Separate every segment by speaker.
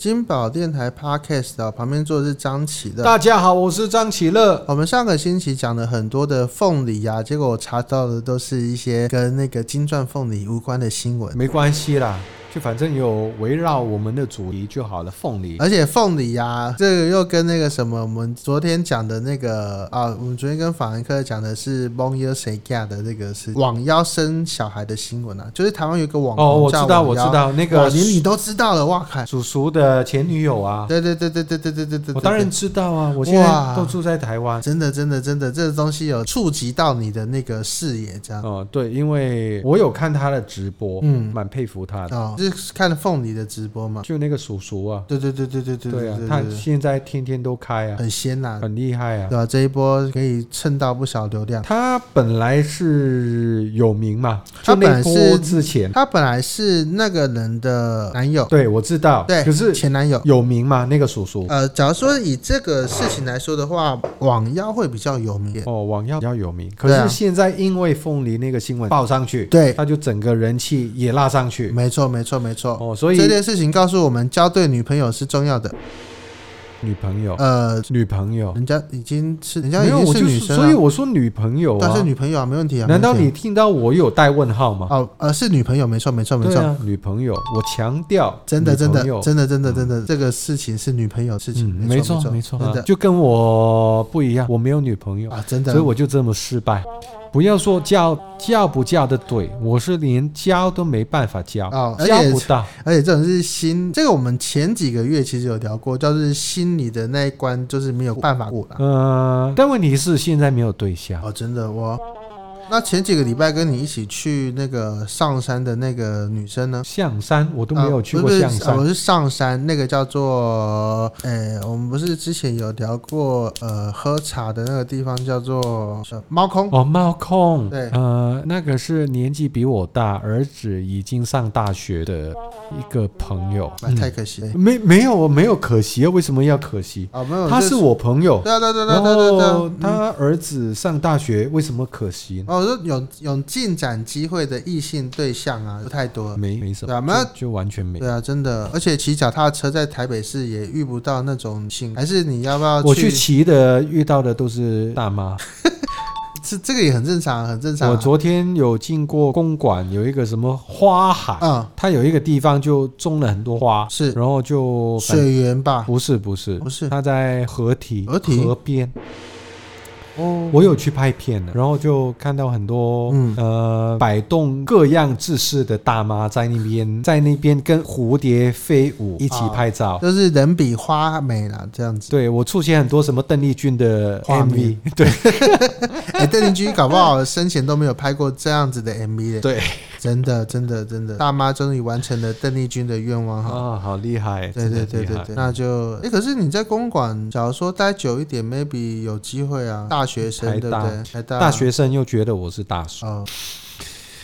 Speaker 1: 金宝电台 Podcast 啊，旁边坐的是张启乐。
Speaker 2: 大家好，我是张启乐。
Speaker 1: 我们上个星期讲了很多的凤梨啊，结果我查到的都是一些跟那个金钻凤梨无关的新闻。
Speaker 2: 没关系啦，就反正有围绕我们的主题就好了。凤梨，
Speaker 1: 而且凤梨啊，这个又跟那个什么，我们昨天讲的那个啊，我们昨天跟法兰克讲的是 Bon Year s e g a 的那个是网妖生小孩的新闻啊，就是台湾有一个网红
Speaker 2: 哦，我知
Speaker 1: 叫
Speaker 2: 道，
Speaker 1: 网
Speaker 2: 我知
Speaker 1: 妖
Speaker 2: 道，那
Speaker 1: 哇
Speaker 2: 个
Speaker 1: 连你都知道了，哇靠！
Speaker 2: 叔叔的前女友啊，
Speaker 1: 对对对对对对对对对，
Speaker 2: 我当然知道啊，我现在都住在台湾。
Speaker 1: 啊真的真的真的，这个东西有触及到你的那个视野，这样。
Speaker 2: 哦，对，因为我有看他的直播，
Speaker 1: 啊嗯
Speaker 2: 嗯，蛮佩服他的。
Speaker 1: 哦，就是看凤梨的直播嘛。
Speaker 2: 就那个叔叔啊，
Speaker 1: 对对对对对对
Speaker 2: 对啊
Speaker 1: 对，
Speaker 2: 他
Speaker 1: 对
Speaker 2: 现在天天都开啊，
Speaker 1: 很鲜呐，
Speaker 2: 很厉害
Speaker 1: 对
Speaker 2: 啊。
Speaker 1: 吧？这一波可以蹭到不少流量。
Speaker 2: 他本来是有名嘛，
Speaker 1: 他
Speaker 2: 就
Speaker 1: 本来
Speaker 2: 那
Speaker 1: 是
Speaker 2: 波之前，
Speaker 1: 他本来是那个人的男友，
Speaker 2: 对我知道，
Speaker 1: 哦对，
Speaker 2: 可是
Speaker 1: 前男友。
Speaker 2: 有名嘛，那个叔叔，
Speaker 1: 呃，假如说以这个事情来说的话，网妖会比较有名一点。
Speaker 2: 哦，网药比较有名，可
Speaker 1: 对啊
Speaker 2: 是现在因为凤梨那个新闻报上去，
Speaker 1: 对，
Speaker 2: 他就整个人气也拉上去。
Speaker 1: 没错，没错，没错。
Speaker 2: 哦，所以
Speaker 1: 这件事情告诉我们，交对女朋友是重要的。
Speaker 2: 女朋友，
Speaker 1: 呃，
Speaker 2: 女朋友，
Speaker 1: 人家已经是人家
Speaker 2: 哦没
Speaker 1: 已
Speaker 2: 有，
Speaker 1: 经
Speaker 2: 我
Speaker 1: 是
Speaker 2: 就
Speaker 1: 女
Speaker 2: 是
Speaker 1: 生
Speaker 2: 所以
Speaker 1: 了，
Speaker 2: 我说女朋友
Speaker 1: 但
Speaker 2: 啊
Speaker 1: 是。女朋友啊，没问题啊。
Speaker 2: 难道
Speaker 1: 没问
Speaker 2: 你
Speaker 1: 题
Speaker 2: 听到我有带问号吗？
Speaker 1: 哦？呃，是女朋友，没错，没错，没
Speaker 2: 对
Speaker 1: 错。
Speaker 2: 啊，女朋友，我强调，
Speaker 1: 真的，真的
Speaker 2: 女朋，友
Speaker 1: 真的，真的，真的，这个事情是女朋友的事情，
Speaker 2: 嗯，没
Speaker 1: 错，
Speaker 2: 没
Speaker 1: 没
Speaker 2: 错，
Speaker 1: 真
Speaker 2: 啊
Speaker 1: 的
Speaker 2: 就跟我不一样，我没有女朋友，
Speaker 1: 啊，真的
Speaker 2: 所以，我就这么失败。不要说嫁嫁不嫁的对，我是连交都没办法交
Speaker 1: 哦，而
Speaker 2: 交
Speaker 1: 且
Speaker 2: 不到。
Speaker 1: 而且这种是心，这个我们前几个月其实有聊过，就是心里的那一关就是没有办法过了。
Speaker 2: 呃，但问题是现在没有对象。
Speaker 1: 哦，真的我。那前几个礼拜跟你一起去那个上山的那个女生呢？
Speaker 2: 象山我都没有去
Speaker 1: 啊不
Speaker 2: 过
Speaker 1: 是
Speaker 2: 象
Speaker 1: 啊
Speaker 2: 山，
Speaker 1: 我是上山那个叫做，呃，我们不是之前有聊过，呃，喝茶的那个地方叫做呃猫空，
Speaker 2: 哦，猫空，
Speaker 1: 对
Speaker 2: 呃，那个是年纪比我大，儿子已经上大学的一个朋友，
Speaker 1: 啊
Speaker 2: 嗯
Speaker 1: 太可惜了。
Speaker 2: 没没有没有可惜啊，为什么要可惜？
Speaker 1: 啊，没有，
Speaker 2: 他哦
Speaker 1: 就是
Speaker 2: 我朋友，
Speaker 1: 对啊，对啊对啊
Speaker 2: 然
Speaker 1: 对啊对啊对啊
Speaker 2: 后他儿子上大学，为什么可惜呢？
Speaker 1: 哦，我说有有进展机会的异性对象啊，不太多。
Speaker 2: 没没什
Speaker 1: 对啊
Speaker 2: 么，
Speaker 1: 没有
Speaker 2: 就就完全没。
Speaker 1: 对啊，真的，而且骑脚踏车在台北市也遇不到那种性，还是你要不要
Speaker 2: 我去骑的遇到的都是大妈，
Speaker 1: 这这个也很正常，很正常啊、
Speaker 2: 我昨天有进过公馆，有一个什么花海，
Speaker 1: 嗯，
Speaker 2: 它有一个地方就种了很多花，
Speaker 1: 是
Speaker 2: 然后就反
Speaker 1: 水源吧？
Speaker 2: 不是不是
Speaker 1: 不是
Speaker 2: 它在河堤
Speaker 1: 河堤
Speaker 2: 河边，
Speaker 1: 哦，
Speaker 2: 我有去拍片的，然后就看到很多、
Speaker 1: 嗯
Speaker 2: 呃摆动各样姿势的大妈在那边在那边跟蝴蝶飞舞一起
Speaker 1: 啊
Speaker 2: 拍照。
Speaker 1: 就是人比花美啦，这样子。
Speaker 2: 对我出现很多什么邓丽君的
Speaker 1: 画面
Speaker 2: MV，对
Speaker 1: 哎，邓丽君搞不好生前都没有拍过这样子的 MV 嘞。
Speaker 2: 对
Speaker 1: 真的，真的，真的，大妈终于完成了邓丽君的愿望哈。
Speaker 2: 啊，好厉害！
Speaker 1: 对对对
Speaker 2: 真的很厉
Speaker 1: 对
Speaker 2: 害
Speaker 1: 对，那就哎、诶可是你在公馆，假如说待久一点，maybe 有机会啊。大学生
Speaker 2: 台
Speaker 1: 对不
Speaker 2: 大
Speaker 1: 对？台大
Speaker 2: 大学生又觉得我是大叔，
Speaker 1: 哦，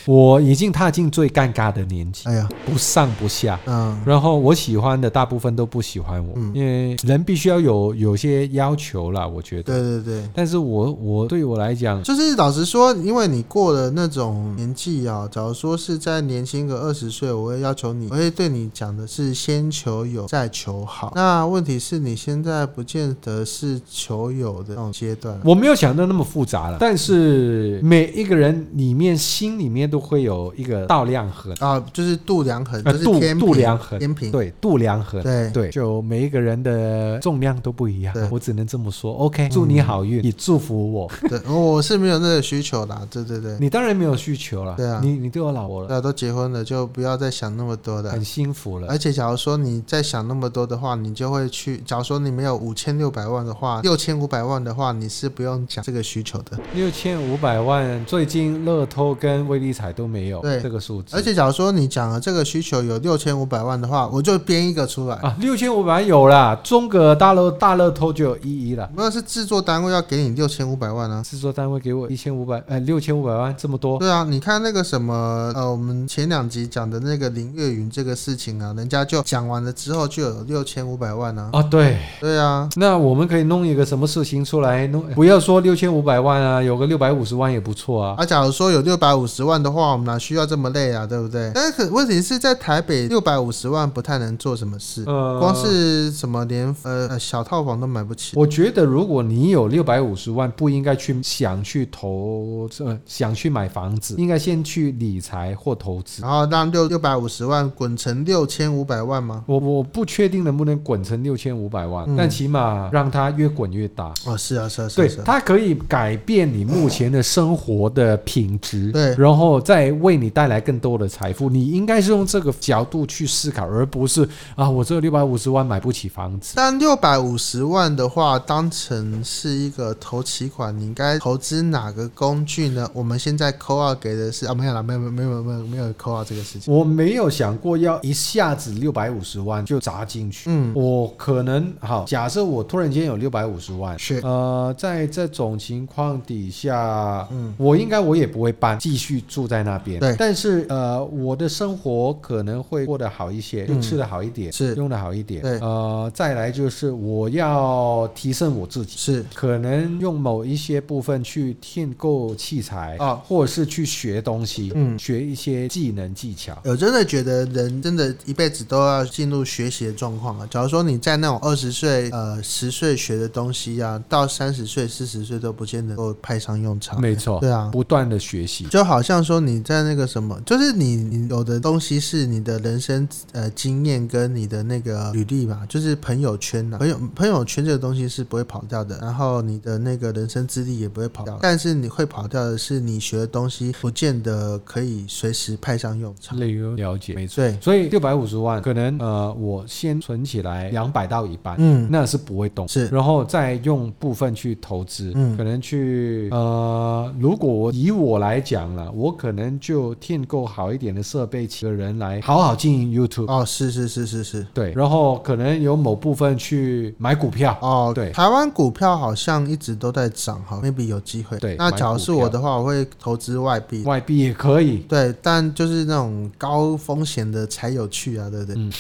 Speaker 2: 我已经踏进最尴尬的年纪，
Speaker 1: 哎呀，
Speaker 2: 不上不下。
Speaker 1: 嗯，
Speaker 2: 然后我喜欢的大部分都不喜欢我，
Speaker 1: 嗯
Speaker 2: 因为人必须要有有些要求啦，我觉得。
Speaker 1: 对对对。
Speaker 2: 但是我我对我来讲，
Speaker 1: 就是老实说，因为你过了那种年纪啊，假如说是在年轻个二十岁，我会要求你，我会对你讲的是先求有再求好。那问题是你现在不见得是求有的那种阶段啊，
Speaker 2: 我没有想到那么复杂了。但是每一个人里面心里面都会有一个度量衡，
Speaker 1: 啊，就是度量衡，
Speaker 2: 呃
Speaker 1: 就是
Speaker 2: 度
Speaker 1: 天平，
Speaker 2: 度量衡
Speaker 1: 天平，
Speaker 2: 对，度量衡。
Speaker 1: 对
Speaker 2: 对，就每一个人的重量都不一样
Speaker 1: 对，嗯
Speaker 2: 我只能这么说。OK，祝你好运，也祝福我。
Speaker 1: 对，我是没有那个需求啦，对对对。
Speaker 2: 你当然没有需求了，
Speaker 1: 对啊
Speaker 2: 你你对我老婆了，
Speaker 1: 那都结婚了，就不要再想那么多了。
Speaker 2: 很幸福了。
Speaker 1: 而且，假如说你再想那么多的话，你就会去。假如说你没有五千六百万的话，六千五百万的话，你是不用讲这个需求的。
Speaker 2: 六千五百万，最近乐透跟威力彩都没有
Speaker 1: 对
Speaker 2: 这个数字，
Speaker 1: 而且，假如说你讲了这个需求有六千五百万的话，我就编一个出来。
Speaker 2: 啊，六千五百万有啦，中格大乐大乐透就有一一了。
Speaker 1: 那是制作单位要给你六千五百万啊。
Speaker 2: 制作单位给我一千五百，呃，六千五百万这么多，
Speaker 1: 对啊，你看那个什么，呃，我们前两集讲的那个林月云这个事情啊，人家就讲完了之后就有六千五百万啊。
Speaker 2: 啊，对，
Speaker 1: 对啊，
Speaker 2: 那我们可以弄一个什么事情出来，弄不要说六千五百万啊，有个六百五十万也不错啊。
Speaker 1: 啊，假如说有六百五十万的话，我们哪需要这么累啊，对不对？但是可问题是在台北六百五十万不太能做什么事，
Speaker 2: 呃
Speaker 1: 光是什么连呃呃小套房都买不起。
Speaker 2: 我觉得如果你有六百五十万，不应该去想去投，呃，想去买房子，应该先去理财或投资。
Speaker 1: 然后让六六百五十万滚成六千五百万吗？
Speaker 2: 我我不确定能不能滚成六千五百万，
Speaker 1: 嗯
Speaker 2: 但起码让它越滚越大。
Speaker 1: 哦，是啊，是啊，是啊
Speaker 2: 对
Speaker 1: 是，啊。
Speaker 2: 它可以改变你目前的生活的品质，
Speaker 1: 对
Speaker 2: 然后再为你带来更多的财富。你应该是用这个角度去思考，而不是啊，我这六百五十万买不起房子。
Speaker 1: 但六百五十万的话，当成是一个投期款，你应该投资哪个工具呢？我们现在扣二给的是啊，没有啦，没有没有没有没有没有扣二这个事情。
Speaker 2: 我没有想过要一下子六百五十万就砸进去。
Speaker 1: 嗯，
Speaker 2: 我可能好，假设我突然间有六百五十万，
Speaker 1: 是
Speaker 2: 呃，在这种情况底下，
Speaker 1: 嗯
Speaker 2: 我应该我也不会搬，继续住在那边。
Speaker 1: 对
Speaker 2: 但是呃，我的生活可能会过得好一些，就
Speaker 1: 嗯
Speaker 2: 吃得好一点，
Speaker 1: 是
Speaker 2: 用得好一点。
Speaker 1: 对
Speaker 2: 呃，再来就是我要提升我自己。
Speaker 1: 是
Speaker 2: 可能用某一些部分去添购器材
Speaker 1: 啊
Speaker 2: 或者是去学东西，
Speaker 1: 嗯
Speaker 2: 学一些技能技巧。
Speaker 1: 我真的觉得人真的一辈子都要进入学习的状况啊。假如说你在那种二十岁、呃十岁学的东西啊，到三十岁、四十岁都不见得够派上用场。
Speaker 2: 没错，
Speaker 1: 对啊，
Speaker 2: 不断的学习。
Speaker 1: 就好像说你在那个什么，就是你你有的东西是你的人生呃经验跟你的那个履历吧，就是朋友圈啊呐、朋友朋友圈这个东西是不会跑掉的，然后你的那个人生资历也不会跑掉，但是你会跑掉的是你学的东西不见得可以随时派上用场。
Speaker 2: 例如了解，没错。
Speaker 1: 对，
Speaker 2: 所以六百五十万，可能呃，我先存起来两百到一半，
Speaker 1: 嗯，
Speaker 2: 那是不会动，
Speaker 1: 是
Speaker 2: 然后再用部分去投资，
Speaker 1: 嗯
Speaker 2: 可能去呃，如果我以我来讲了，我可能就添购好一点的设备，请个人来好好经营 YouTube，、
Speaker 1: 哦，是是是是是。
Speaker 2: 对，然后可能有某部分去买股票，
Speaker 1: 哦，
Speaker 2: 对
Speaker 1: 台湾股票好像一直都在涨，哈，maybe 有机会。
Speaker 2: 对
Speaker 1: 那假如
Speaker 2: 买股
Speaker 1: 是我
Speaker 2: 票嗯
Speaker 1: 的话，我会投资外币，
Speaker 2: 外币也可以。
Speaker 1: 对，但就是那种高风险的才有趣啊，对不对？
Speaker 2: 嗯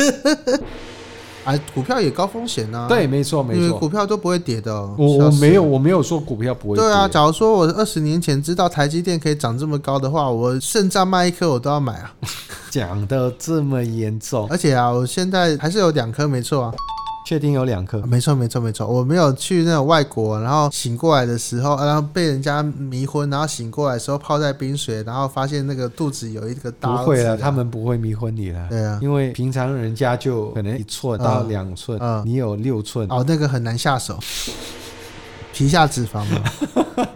Speaker 1: 啊，股票也高风险啊，
Speaker 2: 对，没错，
Speaker 1: 因
Speaker 2: 没
Speaker 1: 为
Speaker 2: 错
Speaker 1: 股。票都不会跌的、哦。
Speaker 2: 我我
Speaker 1: 笑死
Speaker 2: 没有，。我没有说股票不会跌。
Speaker 1: 对啊，假如说我二十年前知道台积电可以涨这么高的话，我肾脏卖一颗我都要买啊！
Speaker 2: 讲的这么严重，
Speaker 1: 而且啊，我现在还是有两颗，没错啊，
Speaker 2: 确定有两颗
Speaker 1: 啊？没错没错没错，我没有去那种外国，然后醒过来的时候，啊然后被人家迷昏，然后醒过来的时候泡在冰水，然后发现那个肚子有一个大儿
Speaker 2: 不
Speaker 1: 子啊。
Speaker 2: 会了，他们不会迷昏你了。
Speaker 1: 对啊，
Speaker 2: 因为平常人家就可能一寸到两寸，
Speaker 1: 嗯
Speaker 2: 你有六寸，
Speaker 1: 哦，那个很难下手，皮下脂肪 嘛，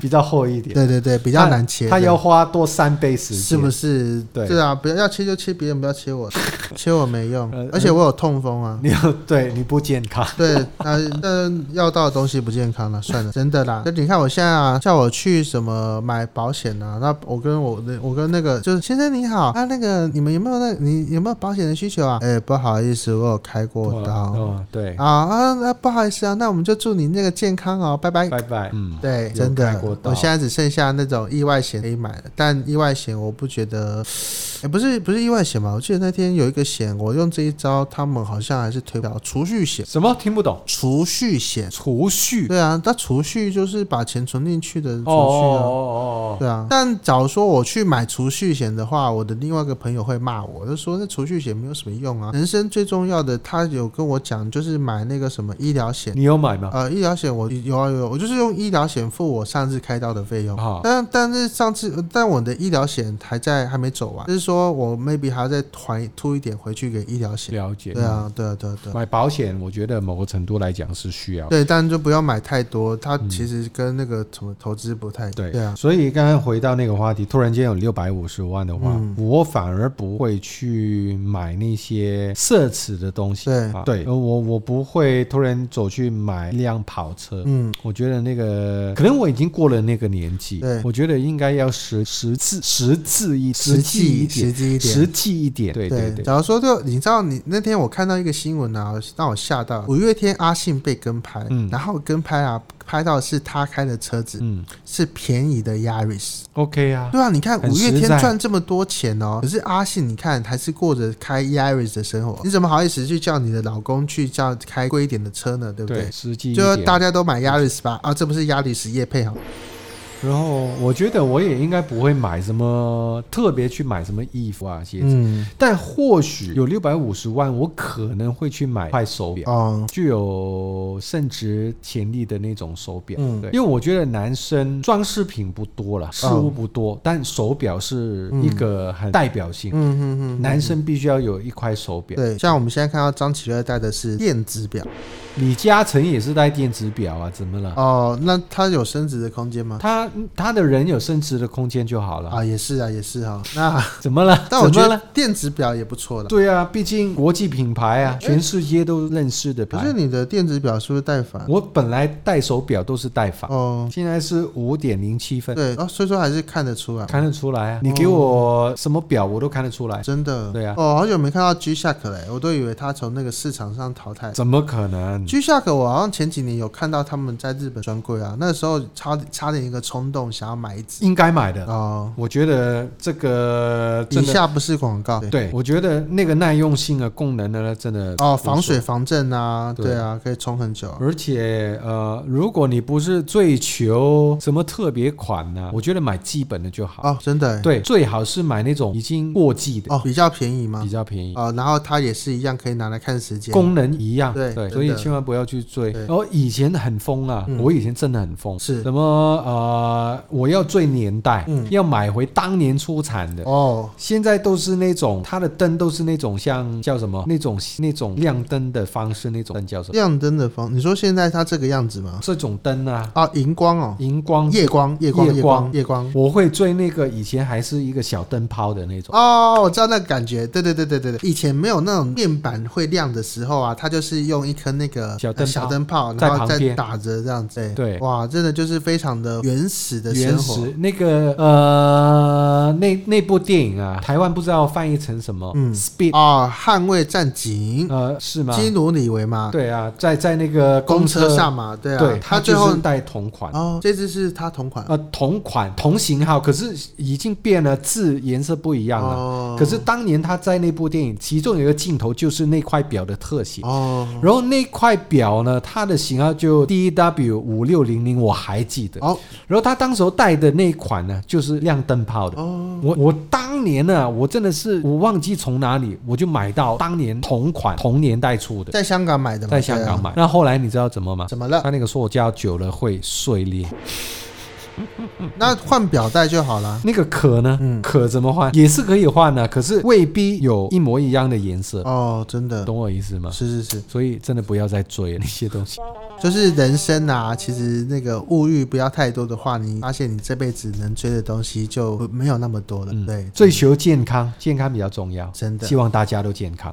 Speaker 2: 比较厚一点，
Speaker 1: 对对对，比
Speaker 2: 比
Speaker 1: 较难切的。
Speaker 2: 它要花多三倍时间，
Speaker 1: 是不
Speaker 2: 是？
Speaker 1: 是？
Speaker 2: 对
Speaker 1: 啊，不要要切就切别人，不要切我， 切我没用
Speaker 2: 呃呃，
Speaker 1: 而且我有痛风啊。
Speaker 2: 你要 对你不健康，
Speaker 1: 对，那那要到的东西不健康了，算了，真的啦。那你看我现在啊，叫我去什么买保险啊？那我跟我的我跟那个就是先生你好，啊那个你们有没有那你有没有保险的需求啊？哎、不好意思，我有开过刀啊、
Speaker 2: 哦，对，
Speaker 1: 啊，那不好意思啊，那我们就祝你那个健康哦，拜拜。
Speaker 2: 拜拜，嗯，
Speaker 1: 对，
Speaker 2: 有
Speaker 1: 真
Speaker 2: 开
Speaker 1: 的
Speaker 2: 过，刀
Speaker 1: 我现在只剩下那种意外险可以买了，但意外险我不觉得，哎，不是不是意外险吧？我记得那天有一个险，我用这一招，他们好像还是推不了储蓄险，
Speaker 2: 什么听不懂？
Speaker 1: 储蓄险，
Speaker 2: 储蓄，
Speaker 1: 对啊，那储蓄就是把钱存进去的储蓄
Speaker 2: 哦哦
Speaker 1: 啊。
Speaker 2: 哦哦
Speaker 1: 对啊，但假如说我去买储蓄险的话，我的另外一个朋友会骂我，就说那储蓄险没有什么用啊，人生最重要的，他有跟我讲，就是买那个什么医疗险
Speaker 2: 哦，。你有买吗？
Speaker 1: 呃，医疗险我有啊有啊，我就是用医疗险付我上次开刀的费用。
Speaker 2: 啊
Speaker 1: 但但是上次，呃但我的医疗险还在还没走完，就是说我 maybe 还要再团吐一点回去给医疗险。
Speaker 2: 了解，
Speaker 1: 对啊，对啊，对啊，对啊。
Speaker 2: 买保险，我觉得某个程度来讲是需要的。
Speaker 1: 对，但就不要买太多，它其实跟那个什么投资不太
Speaker 2: 嗯对
Speaker 1: 啊，
Speaker 2: 所以刚刚回到那个话题，突然间有六百五十万的话，
Speaker 1: 嗯
Speaker 2: 我反而不会去买那些奢侈的东西。
Speaker 1: 对
Speaker 2: 啊对，呃我我不会突然走去买一辆跑车。
Speaker 1: 嗯，
Speaker 2: 我觉得那个可能我已经过了那个年纪
Speaker 1: 对，
Speaker 2: 我觉得应该要实实质实质一
Speaker 1: 实
Speaker 2: 际一
Speaker 1: 际实
Speaker 2: 点，
Speaker 1: 际一点，
Speaker 2: 实际一点。对对对，
Speaker 1: 假如说就你知道你，那天我看到一个新闻啊，让我吓到。五月天阿信被跟拍，
Speaker 2: 嗯
Speaker 1: 然后跟拍啊，拍到是他开的车子，
Speaker 2: 嗯
Speaker 1: 是便宜的 Yaris。
Speaker 2: ，OK 啊，
Speaker 1: 对啊，你看
Speaker 2: 很
Speaker 1: 五月
Speaker 2: 实
Speaker 1: 天
Speaker 2: 在
Speaker 1: 赚这么多钱哦，可是阿信你看还是过着开 Yaris 的生活，你怎么好意思去叫你的老公去叫开贵一点的车呢？对不对？
Speaker 2: 对，实际一
Speaker 1: 就
Speaker 2: 点。
Speaker 1: 大家都买 Yaris 吧，啊，这不是 Yaris 叶配哈。
Speaker 2: 然后我觉得我也应该不会买什么特别去买什么衣服啊鞋子，
Speaker 1: 嗯，
Speaker 2: 但或许有六百五十万，我可能会去买块手表，
Speaker 1: 哦，
Speaker 2: 具有升值潜力的那种手表。
Speaker 1: 嗯
Speaker 2: 对，因为我觉得男生装饰品不多了，事物不多，但手表是一个很代表性，
Speaker 1: 嗯嗯嗯，
Speaker 2: 男生必须要有一块手表。
Speaker 1: 对，像我们现在看到张启乐戴的是电子表，
Speaker 2: 李嘉诚也是戴电子表啊，怎么了？
Speaker 1: 哦，那它有升值的空间吗？
Speaker 2: 他他的人有升值的空间就好了，
Speaker 1: 啊，也是啊，也是哈、那
Speaker 2: 怎么了？
Speaker 1: 但我
Speaker 2: 怎
Speaker 1: 觉
Speaker 2: 么
Speaker 1: 得
Speaker 2: 了？
Speaker 1: 电子表也不错的。哎
Speaker 2: 对啊，毕竟国际品牌啊，全世界都认识的
Speaker 1: 可是
Speaker 2: 牌。
Speaker 1: 你的电子表是不是戴反？
Speaker 2: 我本来戴手表都是戴法，
Speaker 1: 哦，
Speaker 2: 现在是五点零七分，
Speaker 1: 对，哦，所以说还是看得出来，
Speaker 2: 看得出来啊。你给我什么表我都看得出来，
Speaker 1: 真的。
Speaker 2: 对啊
Speaker 1: 哦，好久没看到 G Shock 嘞，我都以为它从那个市场上淘汰。
Speaker 2: 怎么可能？
Speaker 1: G Shock 我好像前几年有看到他们在日本专柜啊，那时候差差点一个冲动想要买一只。
Speaker 2: 应该买的。
Speaker 1: 哦，
Speaker 2: 我觉得这
Speaker 1: 以
Speaker 2: 个嗯真的，
Speaker 1: 下不是广告。对
Speaker 2: 对我觉得那个耐用性啊、功能呢，真的
Speaker 1: 哦，
Speaker 2: 不错
Speaker 1: 防水防震啊，
Speaker 2: 对
Speaker 1: 对啊，可以冲很久啊。
Speaker 2: 而且呃，如果你不是追求什么特别款呢、我觉得买基本的就好。
Speaker 1: 哦，真的欸。
Speaker 2: 对，最好是买那种已经过季的，
Speaker 1: 哦，比较便宜吗
Speaker 2: 比？较便宜，
Speaker 1: 哦，然后它也是一样可以拿来看时间。
Speaker 2: 功能一样。
Speaker 1: 对真
Speaker 2: 所以
Speaker 1: 的
Speaker 2: 千万不要去追。
Speaker 1: 对
Speaker 2: 然后以前很疯啊，
Speaker 1: 嗯
Speaker 2: 我以前真的很疯，
Speaker 1: 是
Speaker 2: 什么呃，我要追年代，
Speaker 1: 嗯
Speaker 2: 要买回当年出产的。
Speaker 1: 哦，
Speaker 2: 现在都是那种，它的灯都是那种像叫什么那种那种亮灯的方式，那种灯叫什么？
Speaker 1: 亮灯的方，你说现在它这个样子吗？
Speaker 2: 这种灯啊，
Speaker 1: 啊，荧光哦，
Speaker 2: 荧光
Speaker 1: 嗯夜光，夜光，
Speaker 2: 夜
Speaker 1: 夜
Speaker 2: 光
Speaker 1: 光，夜光。
Speaker 2: 我会追那个以前还是一个小灯泡的那种，
Speaker 1: 哦，我知道那个感觉，对对对对对对，以前没有那种面板会亮的时候啊，它就是用一颗那个
Speaker 2: 小灯泡
Speaker 1: 呃小灯泡，
Speaker 2: 在
Speaker 1: 然后
Speaker 2: 旁
Speaker 1: 再
Speaker 2: 边
Speaker 1: 打着这样子。哎
Speaker 2: 对
Speaker 1: 哇，真的就是非常的原始的
Speaker 2: 原
Speaker 1: 生活。
Speaker 2: 始那个呃那那部电影啊，台湾不知道翻译成什么，
Speaker 1: 嗯
Speaker 2: s p e e d
Speaker 1: 哦，捍卫战警，
Speaker 2: 呃是吗？
Speaker 1: 基努里维嘛，
Speaker 2: 对啊，在在那个
Speaker 1: 公
Speaker 2: 车
Speaker 1: 车，上嘛，对啊，
Speaker 2: 对，
Speaker 1: 他
Speaker 2: 它
Speaker 1: 最
Speaker 2: 就
Speaker 1: 后
Speaker 2: 是带同款。
Speaker 1: 哦，这只是他同款，
Speaker 2: 呃，同款同型号，可是已经变了字，颜色不一样了。
Speaker 1: 哦，
Speaker 2: 可是当年他在那部电影，其中有一个镜头就是那块表的特写，
Speaker 1: 哦
Speaker 2: 然后那块表呢，它的型号就 DW 五六零零，我还记得。
Speaker 1: 哦
Speaker 2: 然后他当时候戴的那一款呢，就是亮灯泡的。
Speaker 1: 哦，
Speaker 2: 我我当年呢、我真的是我忘记从哪里我就买到当年同款同年代出的，
Speaker 1: 在香港买的嘛，
Speaker 2: 在香港买。那后来你知道怎么吗
Speaker 1: 对啊，？怎么了？
Speaker 2: 它那个塑胶久了会碎裂，嗯
Speaker 1: 那换表带就好了。
Speaker 2: 那个壳呢？
Speaker 1: 嗯
Speaker 2: 壳怎么换？也是可以换的，可是未必有一模一样的颜色，
Speaker 1: 哦，真的，
Speaker 2: 懂我意思吗？
Speaker 1: 是是是，
Speaker 2: 所以真的不要再追那些东西。
Speaker 1: 就是人生啊，其实那个物欲不要太多的话，你发现你这辈子能追的东西
Speaker 2: 嗯
Speaker 1: 就没有那么多了。对，
Speaker 2: 追求健康，健康比较重要。
Speaker 1: 真的
Speaker 2: 希望大家都健康。